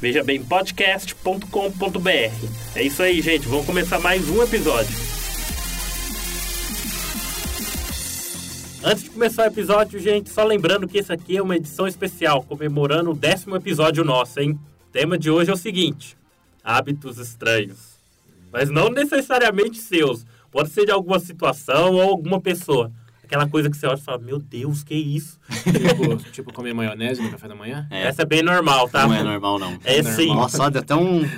vejabempodcast.com.br. É isso aí, gente, vamos começar mais um episódio. Antes de começar o episódio, gente, só lembrando que esse aqui é uma edição especial comemorando o décimo episódio nosso, hein? O tema de hoje é o seguinte: hábitos estranhos. Mas não necessariamente seus. Pode ser de alguma situação ou alguma pessoa. Aquela coisa que você olha e fala, meu Deus, que isso? Tipo, tipo comer maionese no café da manhã? É. Essa é bem normal, tá? Não é normal, não. É sim. Nossa, olha, até um.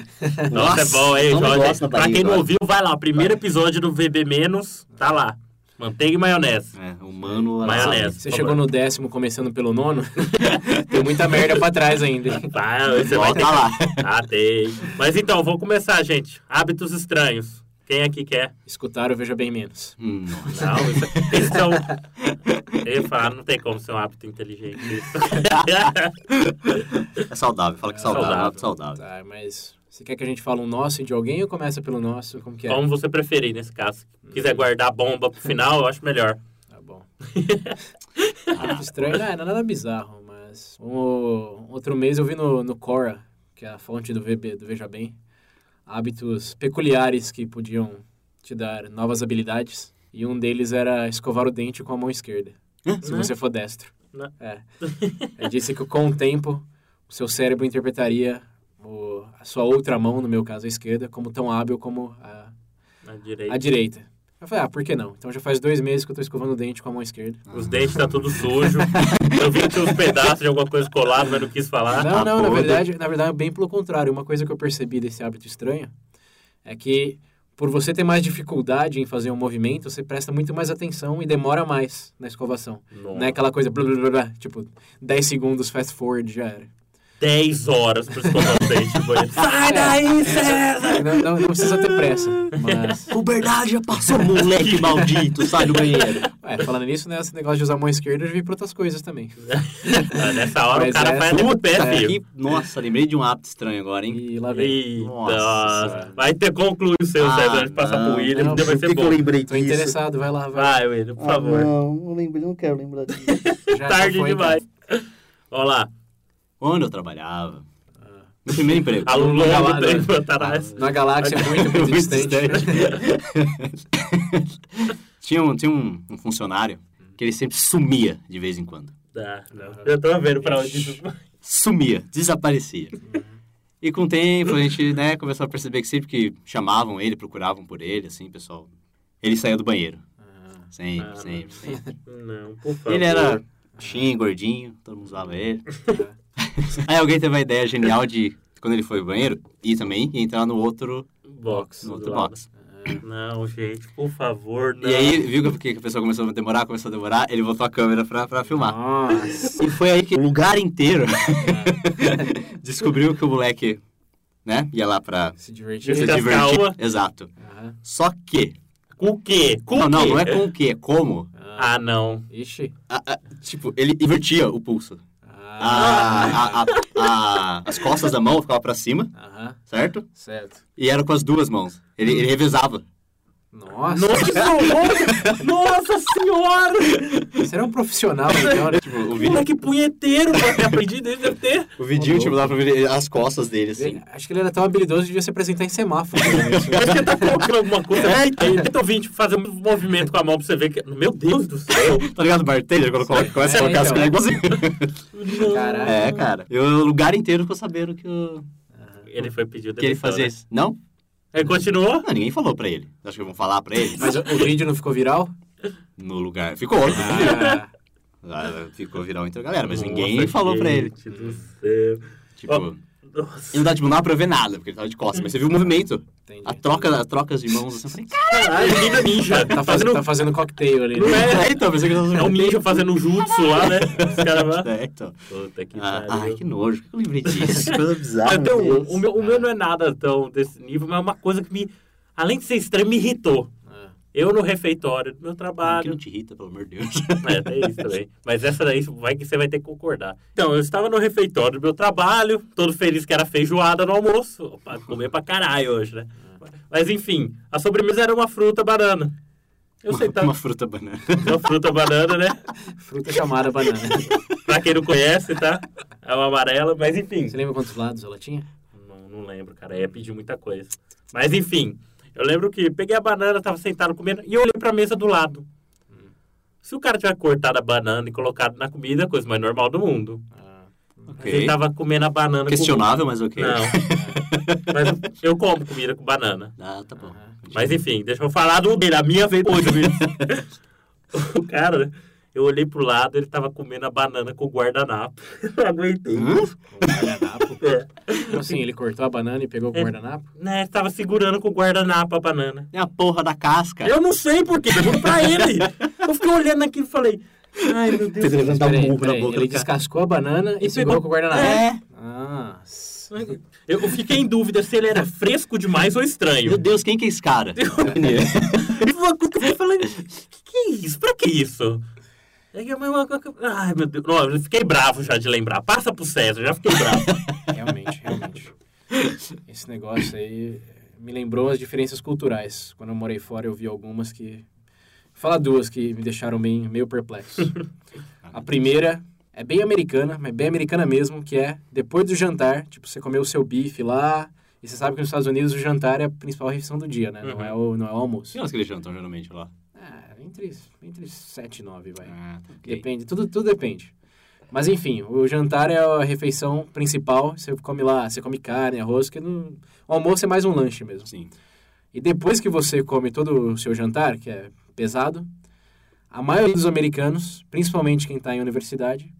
Nossa, é bom, hein, dá um Jorge? negócio na Pra quem barriga, não olha. ouviu, vai lá. Primeiro episódio do VB Menos, tá lá. Manteiga e maionese. É, humano. Maionese. Você por chegou favor. no décimo, começando pelo nono? Tem muita merda pra trás ainda. Ah, você vai ter Volta lá. Ah, tem. Mas então, vou começar, gente. Hábitos estranhos. Quem aqui quer? Escutaram, veja bem menos. Hum, nossa. Não, isso, isso é um... Eu ia falar, não tem como ser um hábito inteligente. Isso. É saudável, fala que é saudável. Saudável. Saudável. saudável. Tá, mas você quer que a gente fale um nosso e de alguém ou começa pelo nosso? Como que é? Como você preferir nesse caso. Se quiser guardar a bomba pro final, eu acho melhor. Tá bom. Muito estranho, não, é nada bizarro, mas... um- outro mês eu vi no, no Cora, que é a fonte do VB, do Veja Bem, hábitos peculiares que podiam te dar novas habilidades. E um deles era escovar o dente com a mão esquerda, se Né? você for destro. Né? É. Ele disse que com o tempo, o seu cérebro interpretaria o- a sua outra mão, no meu caso a esquerda, como tão hábil como a, Na a direita. direita. Eu falei, ah, por que não? Então já faz dois meses que eu tô escovando o dente com a mão esquerda. Os dentes tá tudo sujo. Eu vi que tinha uns pedaços de alguma coisa colado, mas não quis falar. Não, tá não, na podre. verdade, na verdade, bem pelo contrário. Uma coisa que eu percebi desse hábito estranho é que por você ter mais dificuldade em fazer um movimento, você presta muito mais atenção e demora mais na escovação. Não é aquela coisa, blá, blá, blá, blá, tipo, 10 segundos, fast forward, já era. 10 horas pra escovar o dente. no banheiro. Sai daí, César! Não, não- não precisa ter pressa, mas... Puberdade já passou, moleque maldito, sai do banheiro. É, falando nisso, né, esse negócio de usar a mão esquerda, eu já vi pra outras coisas também. Ah, Nessa hora Mas o cara é- faz até com o pé, Puta Tá filho. aqui, nossa, lembrei de um hábito estranho agora, hein? E lá vem. Eita, Nossa Senhora. vai ter concluído o seu, Ah, César, de passar não, pro William, não, não, vai ser Por que que eu bom. lembrei Tô disso? interessado, vai lá, Vai, vai. William, Ah, por favor. não, não lembro, não quero lembrar disso. Já- já Tarde foi, então. demais. Olha lá, Quando eu trabalhava, meu primeiro emprego. aluno Vamos lá, longo né? tempo atrás. então. Na galáxia, muito, muito distante. distante. tinha um, tinha um, um funcionário que ele sempre sumia de vez em quando. Tá, não. Eu tô vendo pra onde Ixi. isso Sumia, desaparecia. E com o tempo a gente né, começou a perceber que sempre que chamavam ele, procuravam por ele, assim, pessoal, ele saía do banheiro. Sempre, Ah, sempre, sempre. Não, por favor. Ele era baixinho, gordinho, todo mundo usava ele. Aí alguém teve a ideia genial de, quando ele foi ao banheiro, ir também e entrar no outro, Box. no do outro lado. box. Não, gente, por favor, não. E aí, viu que- que a pessoa começou a demorar, começou a demorar, ele voltou a câmera pra, pra filmar. Nossa. E foi aí que o lugar inteiro descobriu que o moleque, né, ia lá pra Se se divertir. Descascar divertir. uma. Exato. Aham. Só que... Com o quê? Com o não, quê? não, não é com o quê, é como. Ah. Ah, não. Ixi. Ah, ah, tipo, ele invertia o pulso. Ah. A- a- a- a- as costas da mão ficavam pra cima, Aham. certo? Certo. E era com as duas mãos. Ele, ele revezava. Nossa. Nossa, nossa senhora! Você era um profissional, então, né? Tipo, o vídeo, Moleque punheteiro, pra ter aprendido isso deve ter. o vidinho, tipo, dava pra ver as costas dele, assim. Ele- Acho que ele era tão habilidoso que devia se apresentar em semáforo. né? Isso. Acho que ele tá colocando alguma coisa. Aí tenta ouvinte fazer um movimento com a mão pra você ver que. Meu Deus do céu! Tá ligado? Bartelha, quando coloca- começa a É, colocar as então. pegas assim. Não. Caraca. É, cara. Eu, o lugar inteiro ficou sabendo que, o, Ele foi pedir que ele fazia isso. isso. Não? Ele continuou? Não, ninguém falou pra ele. Acho que vão falar pra ele. Mas o, o vídeo não ficou viral? No lugar. Ficou óbvio. Ah. Ah, Ficou viral entre a galera, mas Nossa, ninguém falou pra ele. gente do céu. Tipo, Nossa. E não dá, tipo, não dá pra ver nada, porque ele tava de costas. Mas você viu o movimento. Entendi. A troca, as trocas de mãos, assim, eu falei, Caralho, menina ninja. Tá, fazendo, fazendo... tá fazendo cocktail ali. Não Né? é? É, então, pensei que eu tava É um ninja fazendo jutsu lá, né? Os caras lá. É, então. Puta que Ah, pariu. ai, que nojo. Por que eu lembrei disso? Coisa bizarra. Eu tenho um. meu Deus. o, meu, o meu não é nada tão desse nível, mas é uma coisa que me. Além de ser estranho, me irritou. Ah. Eu no refeitório, no meu que trabalho. não te irrita, pelo amor de Deus. É, tem isso também. Mas essa daí vai que você vai ter que concordar. Então, eu estava no refeitório do meu trabalho, todo feliz que era feijoada no almoço. Opa, comer pra caralho hoje, né? Ah. Mas enfim, a sobremesa era uma fruta banana. Eu tá? Uma- sentava. Uma fruta banana. Uma fruta banana, né? Fruta chamada banana. Pra quem não conhece, tá? É uma amarela, mas enfim. Você lembra quantos lados ela tinha? Não, não lembro, cara. Ia pedir muita coisa. Mas enfim, eu lembro que peguei a banana, tava sentado comendo e eu olhei pra mesa do lado. Se o cara tivesse cortado a banana e colocado na comida, é a coisa mais normal do mundo. Ah, Mas Ele Ok. tava comendo a banana com- Questionável, mas ok. Não. Mas eu como comida com banana. Ah, tá bom. Aham. Mas enfim, deixa eu falar do dele, a minha vez hoje. Luiz. o cara, eu olhei pro lado, ele tava comendo a banana com o guardanapo. Não aguentei. Hã? com guardanapo. É. Como assim? Ele cortou a banana e pegou o É. guardanapo? Né, ele tava segurando com o guardanapo a banana. É a porra da casca. Eu não sei por quê, pergunto pra ele. Eu fiquei olhando aquilo e falei, ai meu Deus. Tenta levantar um Peraí, burro na peraí. boca. Ele do cara. descascou a banana e, segurou pegou- com o guardanapo. É. Ah, Eu eu fiquei em dúvida se ele era fresco demais ou Meu estranho. Deus, quem que é esse cara? é? E foi uma coisa que eu fiquei falando, que que é isso? Pra que isso? É que é uma- uma- uma- Ai, meu Deus. Não, eu fiquei bravo já de lembrar. Passa pro César, já fiquei bravo. realmente, realmente. Esse negócio aí me lembrou as diferenças culturais. Quando eu morei fora, eu vi algumas que... Fala duas que me deixaram bem, meio perplexo. A primeira é bem americana, mas bem americana mesmo, que é depois do jantar, tipo, você comeu o seu bife lá, e você sabe que nos Estados Unidos o jantar é a principal refeição do dia, né? Não, Uhum. é o, não é o almoço. Que horas que eles jantam, geralmente, lá? Ah, entre, entre 7 e 9, vai. Ah, tá ok. Depende, tudo, tudo depende. Mas enfim, o jantar é a refeição principal, você come lá, você come carne, arroz, que não... o almoço é mais um lanche mesmo. Sim. E depois que você come todo o seu jantar, que é pesado, a maioria dos americanos, principalmente quem está em universidade,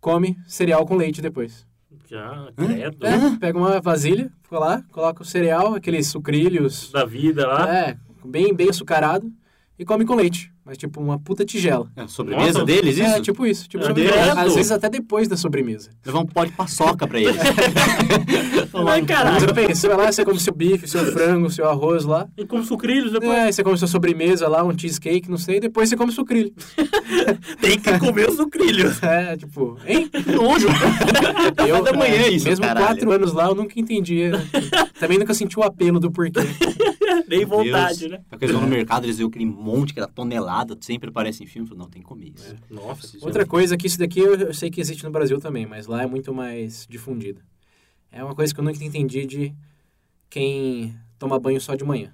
come cereal com leite depois. Já, credo. É, pega uma vasilha, fica lá, coloca o cereal, aqueles sucrilhos, Da vida lá. é, bem, bem açucarado, e come com leite. Mas tipo uma puta tigela. É a sobremesa Nossa. deles, isso? É, tipo isso. Tipo É sobremesa. direto. Às vezes até depois da sobremesa. Levar um pó de paçoca pra eles. Ai, caralho. Você pensa, você vai lá, você come seu bife, seu frango, seu arroz lá. E com sucrilhos depois. É, aí você come sua sobremesa lá, um cheesecake, não sei, e depois você come sucrilho. Tem que comer os sucrilhos. É, tipo, hein? Que nojo. Eu, da manhã é, isso, Mesmo caralho. quatro anos lá, eu nunca entendi. né? Também nunca senti o apelo do porquê. Nem Meu vontade, Deus. né? Porque eles vão no mercado, eles viram aquele monte, aquela tonelada, sempre aparece em filme. eu falo, Não, tem que comer É. isso. Nossa, Outra coisa que isso daqui eu, eu sei que existe no Brasil também, mas lá é muito mais difundida. É uma coisa que eu nunca entendi de quem toma banho só de manhã.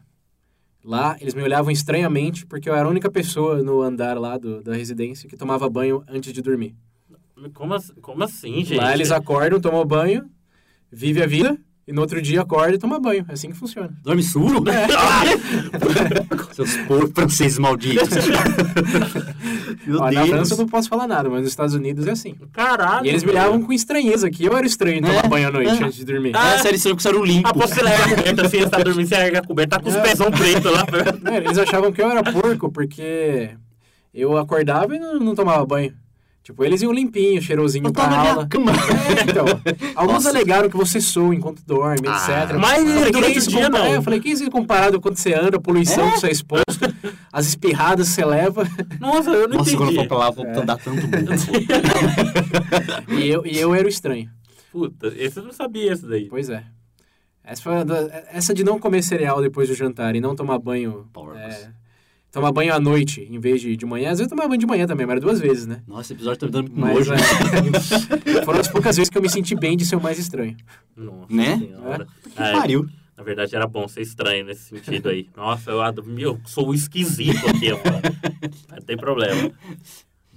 Lá, eles me olhavam estranhamente porque eu era a única pessoa no andar lá do- da residência que tomava banho antes de dormir. como, as- como assim, gente? Lá eles acordam, tomam banho, vive a vida e no outro dia acorda e toma banho. É assim que funciona. Dorme suro? É. Seus porcos franceses malditos. Meu Ó, na Deus. França eu não posso falar nada, mas nos Estados Unidos é assim. Caralho. E eles me um velho. olhavam com estranheza, que eu era o estranho em tomar É, banho à noite é. antes de dormir. Ah, É, sério, isso é um saru limpo. Ah, pô, você leva a coberta assim, você tá dormindo, você ergue a coberta, tá com os É. pezão preto lá. pra- Não, É, eles achavam que eu era porco porque eu acordava e não, não tomava banho. Tipo, eles iam limpinho, cheirosinho Eu pra tava tá na aula. minha cama. É, então, alguns Nossa. alegaram que você soa enquanto dorme, Ah, etc. mas Eu falei, durante "Que isso o dia, compara- É, não." Eu falei, que isso comparado quando você anda, a poluição que você é exposto, as espirradas que você leva. Nossa, eu não Nossa, quando entendi. eu for pra lá, eu vou andar tanto burro. E eu, e eu era o estranho. Puta, esse eu não sabia esse daí. Pois é. Essa, foi uma da- essa de não comer cereal depois do jantar e não tomar banho. Porcos. é, tomar banho à noite em vez de de manhã. Às vezes eu tomava banho de manhã também, mas era duas vezes, né? Nossa, esse episódio tá me dando muito Mas nojo. é, foram as poucas vezes que eu me senti bem de ser o mais estranho. Nossa Né? senhora. Que Ah, é. pariu. na verdade, era bom ser estranho nesse sentido aí. Nossa, eu, ado- eu sou o esquisito aqui, mano. Não tem problema.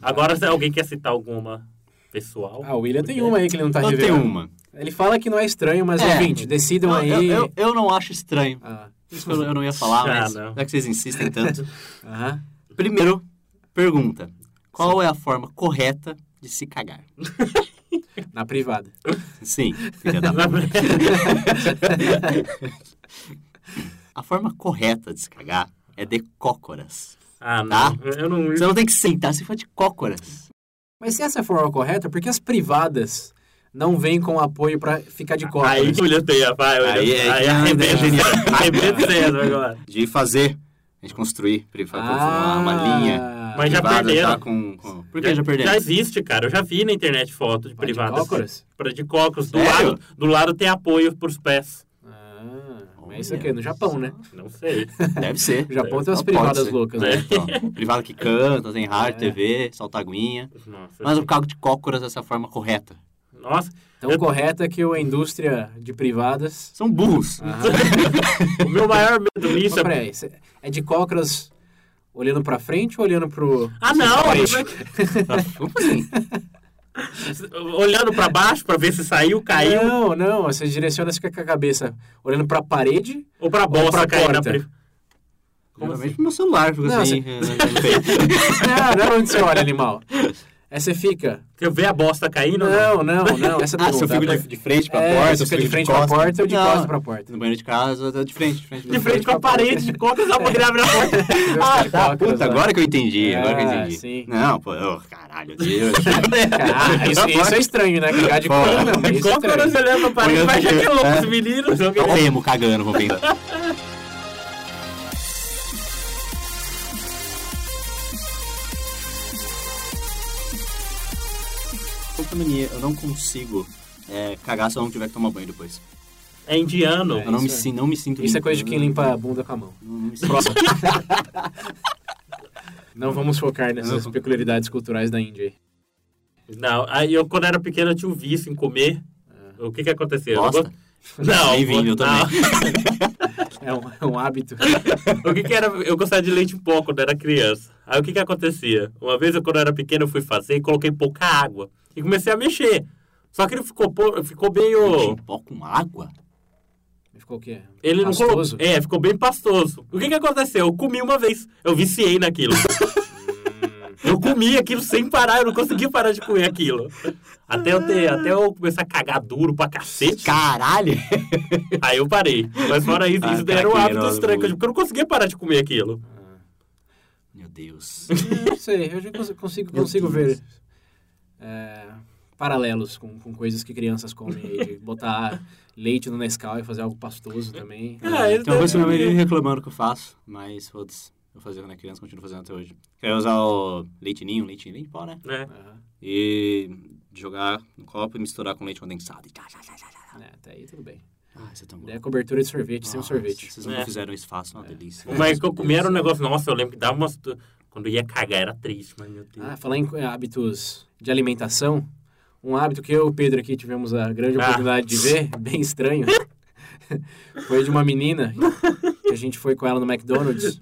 Agora, se alguém quer citar alguma pessoal... Ah, o William tem uma aí que ele não tá Eu tenho revelando. uma. Ele fala que não é estranho, mas É. ouvinte, decidam Não, aí. eu, eu, eu não acho estranho. Ah, Isso que eu, eu não ia falar, Ah, mas não. já que vocês insistem tanto. aham. Primeiro, pergunta. Qual é a forma correta de se cagar? Na privada. Sim, filha da né? A forma correta de se cagar é de cócoras. Ah, não. Tá. Eu não. Você não tem que sentar, você faz de cócoras. Mas se essa for a correta, por que as privadas não vêm com apoio pra ficar de costas? Aí que olhou teia, vai, olhou. Aí, é aí, aí aí, arrebenta. genial. Arrebenta mesmo agora. De fazer, a gente construir, pra pra ah, uma, uma linha. Mas já privada, perderam. já com, com... Por que já, perdemos? Já existe, cara. Eu já vi na internet foto de Vai de privadas. cócoras? Pra- De cócoras. Do Sério? lado, do lado tem apoio pros pés. Ah, mas isso aqui é no Japão, né? Não sei. Deve ser. No Japão tem umas Não pode privadas ser. loucas, É, né? então, privada que canta, tem rádio, É. TV, solta aguinha. Nossa. Mas assim. eu cago de cócoras dessa forma correta. Nossa, Tão Eu- correta que a indústria de privadas... São burros. o meu maior medo Mas nisso é. peraí, cê- é de cócoras olhando pra frente ou olhando pro... Ah, não! Como assim? Olhando pra baixo pra ver se saiu, caiu. Não, não, você direciona fica com a cabeça olhando pra parede. Ou pra bosta pra cair na porta. pri- Como Geralmente pro meu celular, fica Não, assim. Não, não é onde você olha, animal. É você fica. Você vê a bosta caindo? Não. Não, não, não. Essa Ah, não se eu dá fico pra- de, de frente pra É, porta, se eu fica fico de frente pra costas. porta ou de Não, costas pra porta? No banheiro de casa, eu tô de frente. De frente, De frente com a parede, de cócoras, a mulher abre a porta. Ah, de tá, cócoras, puta, né? agora que eu entendi, agora que eu Ah, entendi. sim. Não, pô, oh, caralho, Deus. Ah, isso, isso é estranho, né? Cagar de Fora. cócoras, não, mas De isso é estranho. cócoras, você leva a parede, vai já que é louco, os meninos. É o Remo cagando, vou pensar. Puta mania, eu não consigo é, cagar se eu não tiver que tomar banho depois. É indiano. É. eu não me, isso sin- não me sinto Isso é limpo. coisa de quem limpa a bunda com a mão. Não, não me sinto- Não vamos focar nessas peculiaridades culturais da Índia. aí. Não, aí eu quando era pequeno eu tinha um vício em comer. O que que aconteceu? Eu Bosta. gost- Não, Bem-vindo, eu não. É um, é um hábito. O que que era? Eu gostava de leite em pó quando era criança. Aí o que que acontecia? Uma vez eu quando era pequeno eu fui fazer e coloquei pouca água e comecei a mexer. Só que ele ficou pou- ficou meio Tem pó com água? Ficou o quê? ele não colocou- Pastoso? É, ficou bem pastoso. O que que aconteceu? Eu comi uma vez. Eu viciei naquilo. Eu comi aquilo sem parar, eu não conseguia parar de comer aquilo. Até eu, ter, até eu começar a cagar duro pra cacete. Caralho! Aí eu parei. Mas fora isso, Ah, isso daí era um cara, que hábito herói, estranho, que eu- mano. porque eu não conseguia parar de comer aquilo. Meu Deus. Eu Não sei, eu já cons- consigo, Meu consigo Deus. ver é, paralelos com, com coisas que crianças comem aí, de botar leite no Nescau e fazer algo pastoso também. Ah, isso Tem daí- uma coisa que minha mãe vive reclamando que eu faço, mas foda-se. Eu fazia quando era criança, continuo fazendo até hoje. Eu ia usar o leitinho, leitinho, leite em pó, né? né? Aham. E jogar no copo e misturar com leite condensado. E tá, tá, tá, tá, tá. É, até aí tudo bem. Ah, isso é tão bom. Daí é cobertura de sorvete, sem o Nossa, sorvete. Vocês nunca É. fizeram isso fácil, uma delícia. Mas que eu comia era um negócio, nossa, eu lembro que dava umas. tu- Quando eu ia cagar era triste, mas meu Deus. Ah, falar em hábitos de alimentação, um hábito que eu e o Pedro aqui tivemos a grande Ah. oportunidade de ver, bem estranho, foi de uma menina que a gente foi com ela no McDonald's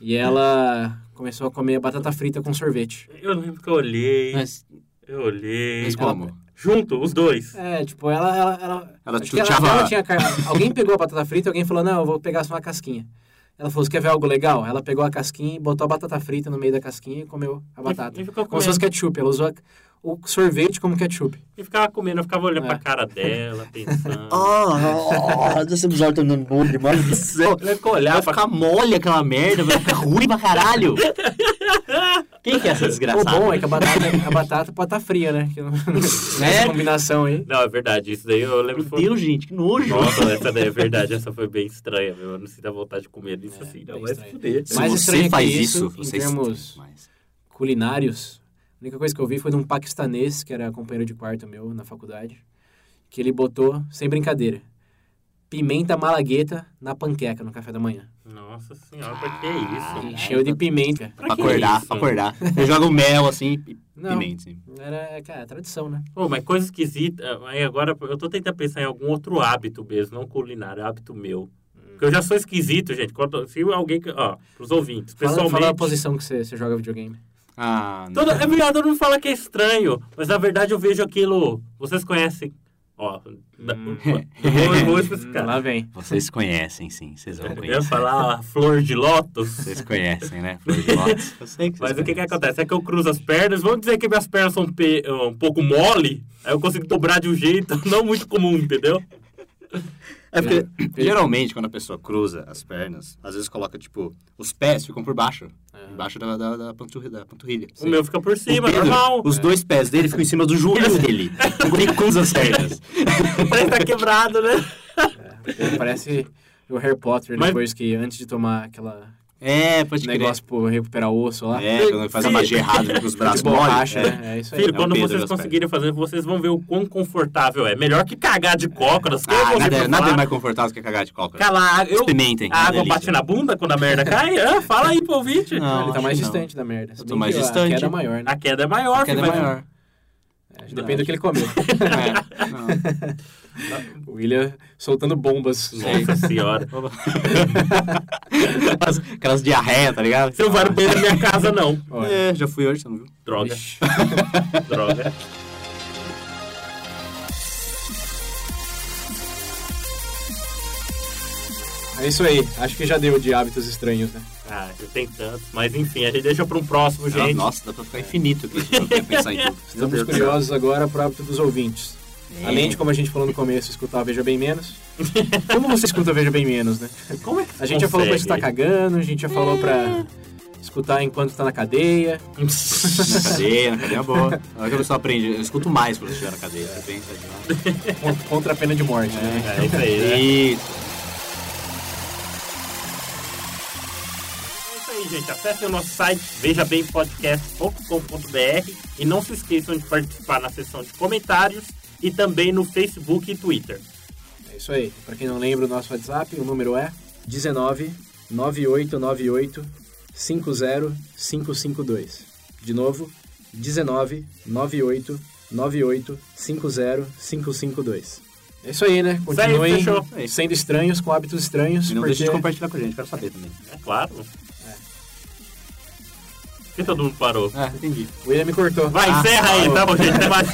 e ela começou a comer batata frita com sorvete. Eu lembro que eu olhei, Mas, eu olhei. mas como? Junto, os dois. É, tipo, ela. Ela, ela, Ela acho que ela- chuteava- ela tinha car- Alguém pegou a batata frita e alguém falou: Não, eu vou pegar só uma casquinha. Ela falou: Você quer ver algo legal? Ela pegou a casquinha e botou a batata frita no meio da casquinha e comeu a batata. E, e ficava Como se fosse comendo, ketchup. Ela usou a- o sorvete como ketchup. e ficava comendo, eu ficava olhando É. pra cara dela, pensando. Ah, esse episódio tá me dando bom demais do céu. Eu lembro que eu olhava Vai pra ficar mole aquela merda, vai ficar ruim pra caralho. Quem que é essa O desgraçada? bom é que a batata, a batata pode estar fria, né? Que não, Essa combinação aí. Não, é verdade, isso daí eu lembro Meu que foi. Deus, gente, que nojo. Nossa, essa daí é verdade, essa foi bem estranha, meu. Eu não sinto a vontade de comer isso É, assim, não. bem Vai se estranho. fuder. Se mais estranho é você que faz isso, isso, em você termos- é mais. Culinários. A única coisa que eu vi foi de um paquistanês, que era companheiro de quarto meu na faculdade, que ele botou, sem brincadeira, pimenta malagueta na panqueca no café da manhã. Nossa senhora, pra que isso? Ah, Encheu de pimenta. Pra Pra que acordar, isso? pra acordar. Eu jogo mel assim e Não, pimenta. Assim. era, cara, tradição, né? Pô, mas coisa esquisita. Aí agora eu tô tentando pensar em algum outro hábito mesmo, não culinário, hábito meu. Porque eu já sou esquisito, gente. Quando, se alguém. que- Ó, pros ouvintes, Fala, pessoalmente. fala a posição que você, você joga videogame. Ah, não. Todo, é melhor todo mundo fala que é estranho, mas na verdade eu vejo aquilo. Vocês conhecem Ó, da- Hum. vou, vou especificar. Lá vem. Vocês conhecem, sim. Vocês vão Eu ia conhecer. falar flor de lótus. Vocês conhecem, né? Flor de lótus. Eu sei que vocês Mas o que que conhecem. acontece? É que eu cruzo as pernas, vamos dizer que minhas pernas são pe- um pouco mole, aí eu consigo dobrar de um jeito não muito comum, entendeu? É porque, geralmente, quando a pessoa cruza as pernas, às vezes coloca, tipo, os pés ficam por baixo. Embaixo da, da, da panturri- da panturrilha. O meu fica por cima, O Pedro, normal. Os dois pés dele ficam em cima do joelho dele. Quando ele cruza as pernas. Parece que tá quebrado, né? Parece o Harry Potter Mas- depois que, antes de tomar aquela É, pode crer. negócio pra recuperar o osso lá. É, quando ele faz a magia errada com os braços Futebol mole. racha, é. né? É isso aí. Filho, o quando Pedro vocês das conseguirem fazer, vocês vão ver o quão confortável é. Melhor que cagar de cócoras. que eu Ah, vou nada, falar. é- nada é mais confortável que cagar de cócoras. Calar, eu... Experimentem, A é água delícia. bate na bunda quando a merda cai? Ah, fala aí pro ouvinte. Não, ele tá acho mais que não. distante da merda. Se Eu bem tô que mais a distante. Ah, queda é maior, né? A queda é maior. A queda é filho, mas- maior. É, Depende do que ele comeu. É, não. o William soltando bombas. É. Nossa senhora. aquelas, aquelas diarreia, tá ligado? Você não vai no banheiro da minha casa, não. Olha. É, já fui hoje, você não viu? Droga, Ixi. droga. É isso aí. Acho que já deu de hábitos estranhos, né? Ah, eu tenho tanto. Mas enfim, a gente deixa pra um próximo, gente. Nossa, dá pra ficar infinito aqui, se eu pensar em tudo. Meu Estamos Deus É. do céu. curiosos agora para hábito dos ouvintes. Além de, como a gente falou no começo, escutar Veja Bem Menos. Como você escuta Veja Bem Menos, né? Como é que A gente já falou pra escutar consegue? cagando, a gente já falou É. pra escutar enquanto tá na cadeia. Na cadeia, na cadeia é boa. Na hora que a pessoa aprende, eu escuto mais quando eu estiver na cadeia. Você pensa de lá. con- Contra a pena de morte, né? É isso aí, né? Isso. É isso aí, gente. Acesse o nosso site vejabempodcast.com.br e não se esqueçam de participar na seção de comentários e também no Facebook e Twitter. É isso aí. Pra quem não lembra, o nosso WhatsApp, o número é 19 9898 50552. De novo, 19 98 98 50552. É isso aí, né? Isso aí, Continuem fechou. sendo estranhos, com hábitos estranhos. E não porque... deixe de compartilhar com a gente, quero saber também. É claro. Por que todo mundo parou? Ah, entendi. O Ah, William me cortou. Vai, encerra aí, tá bom, gente? Até mais.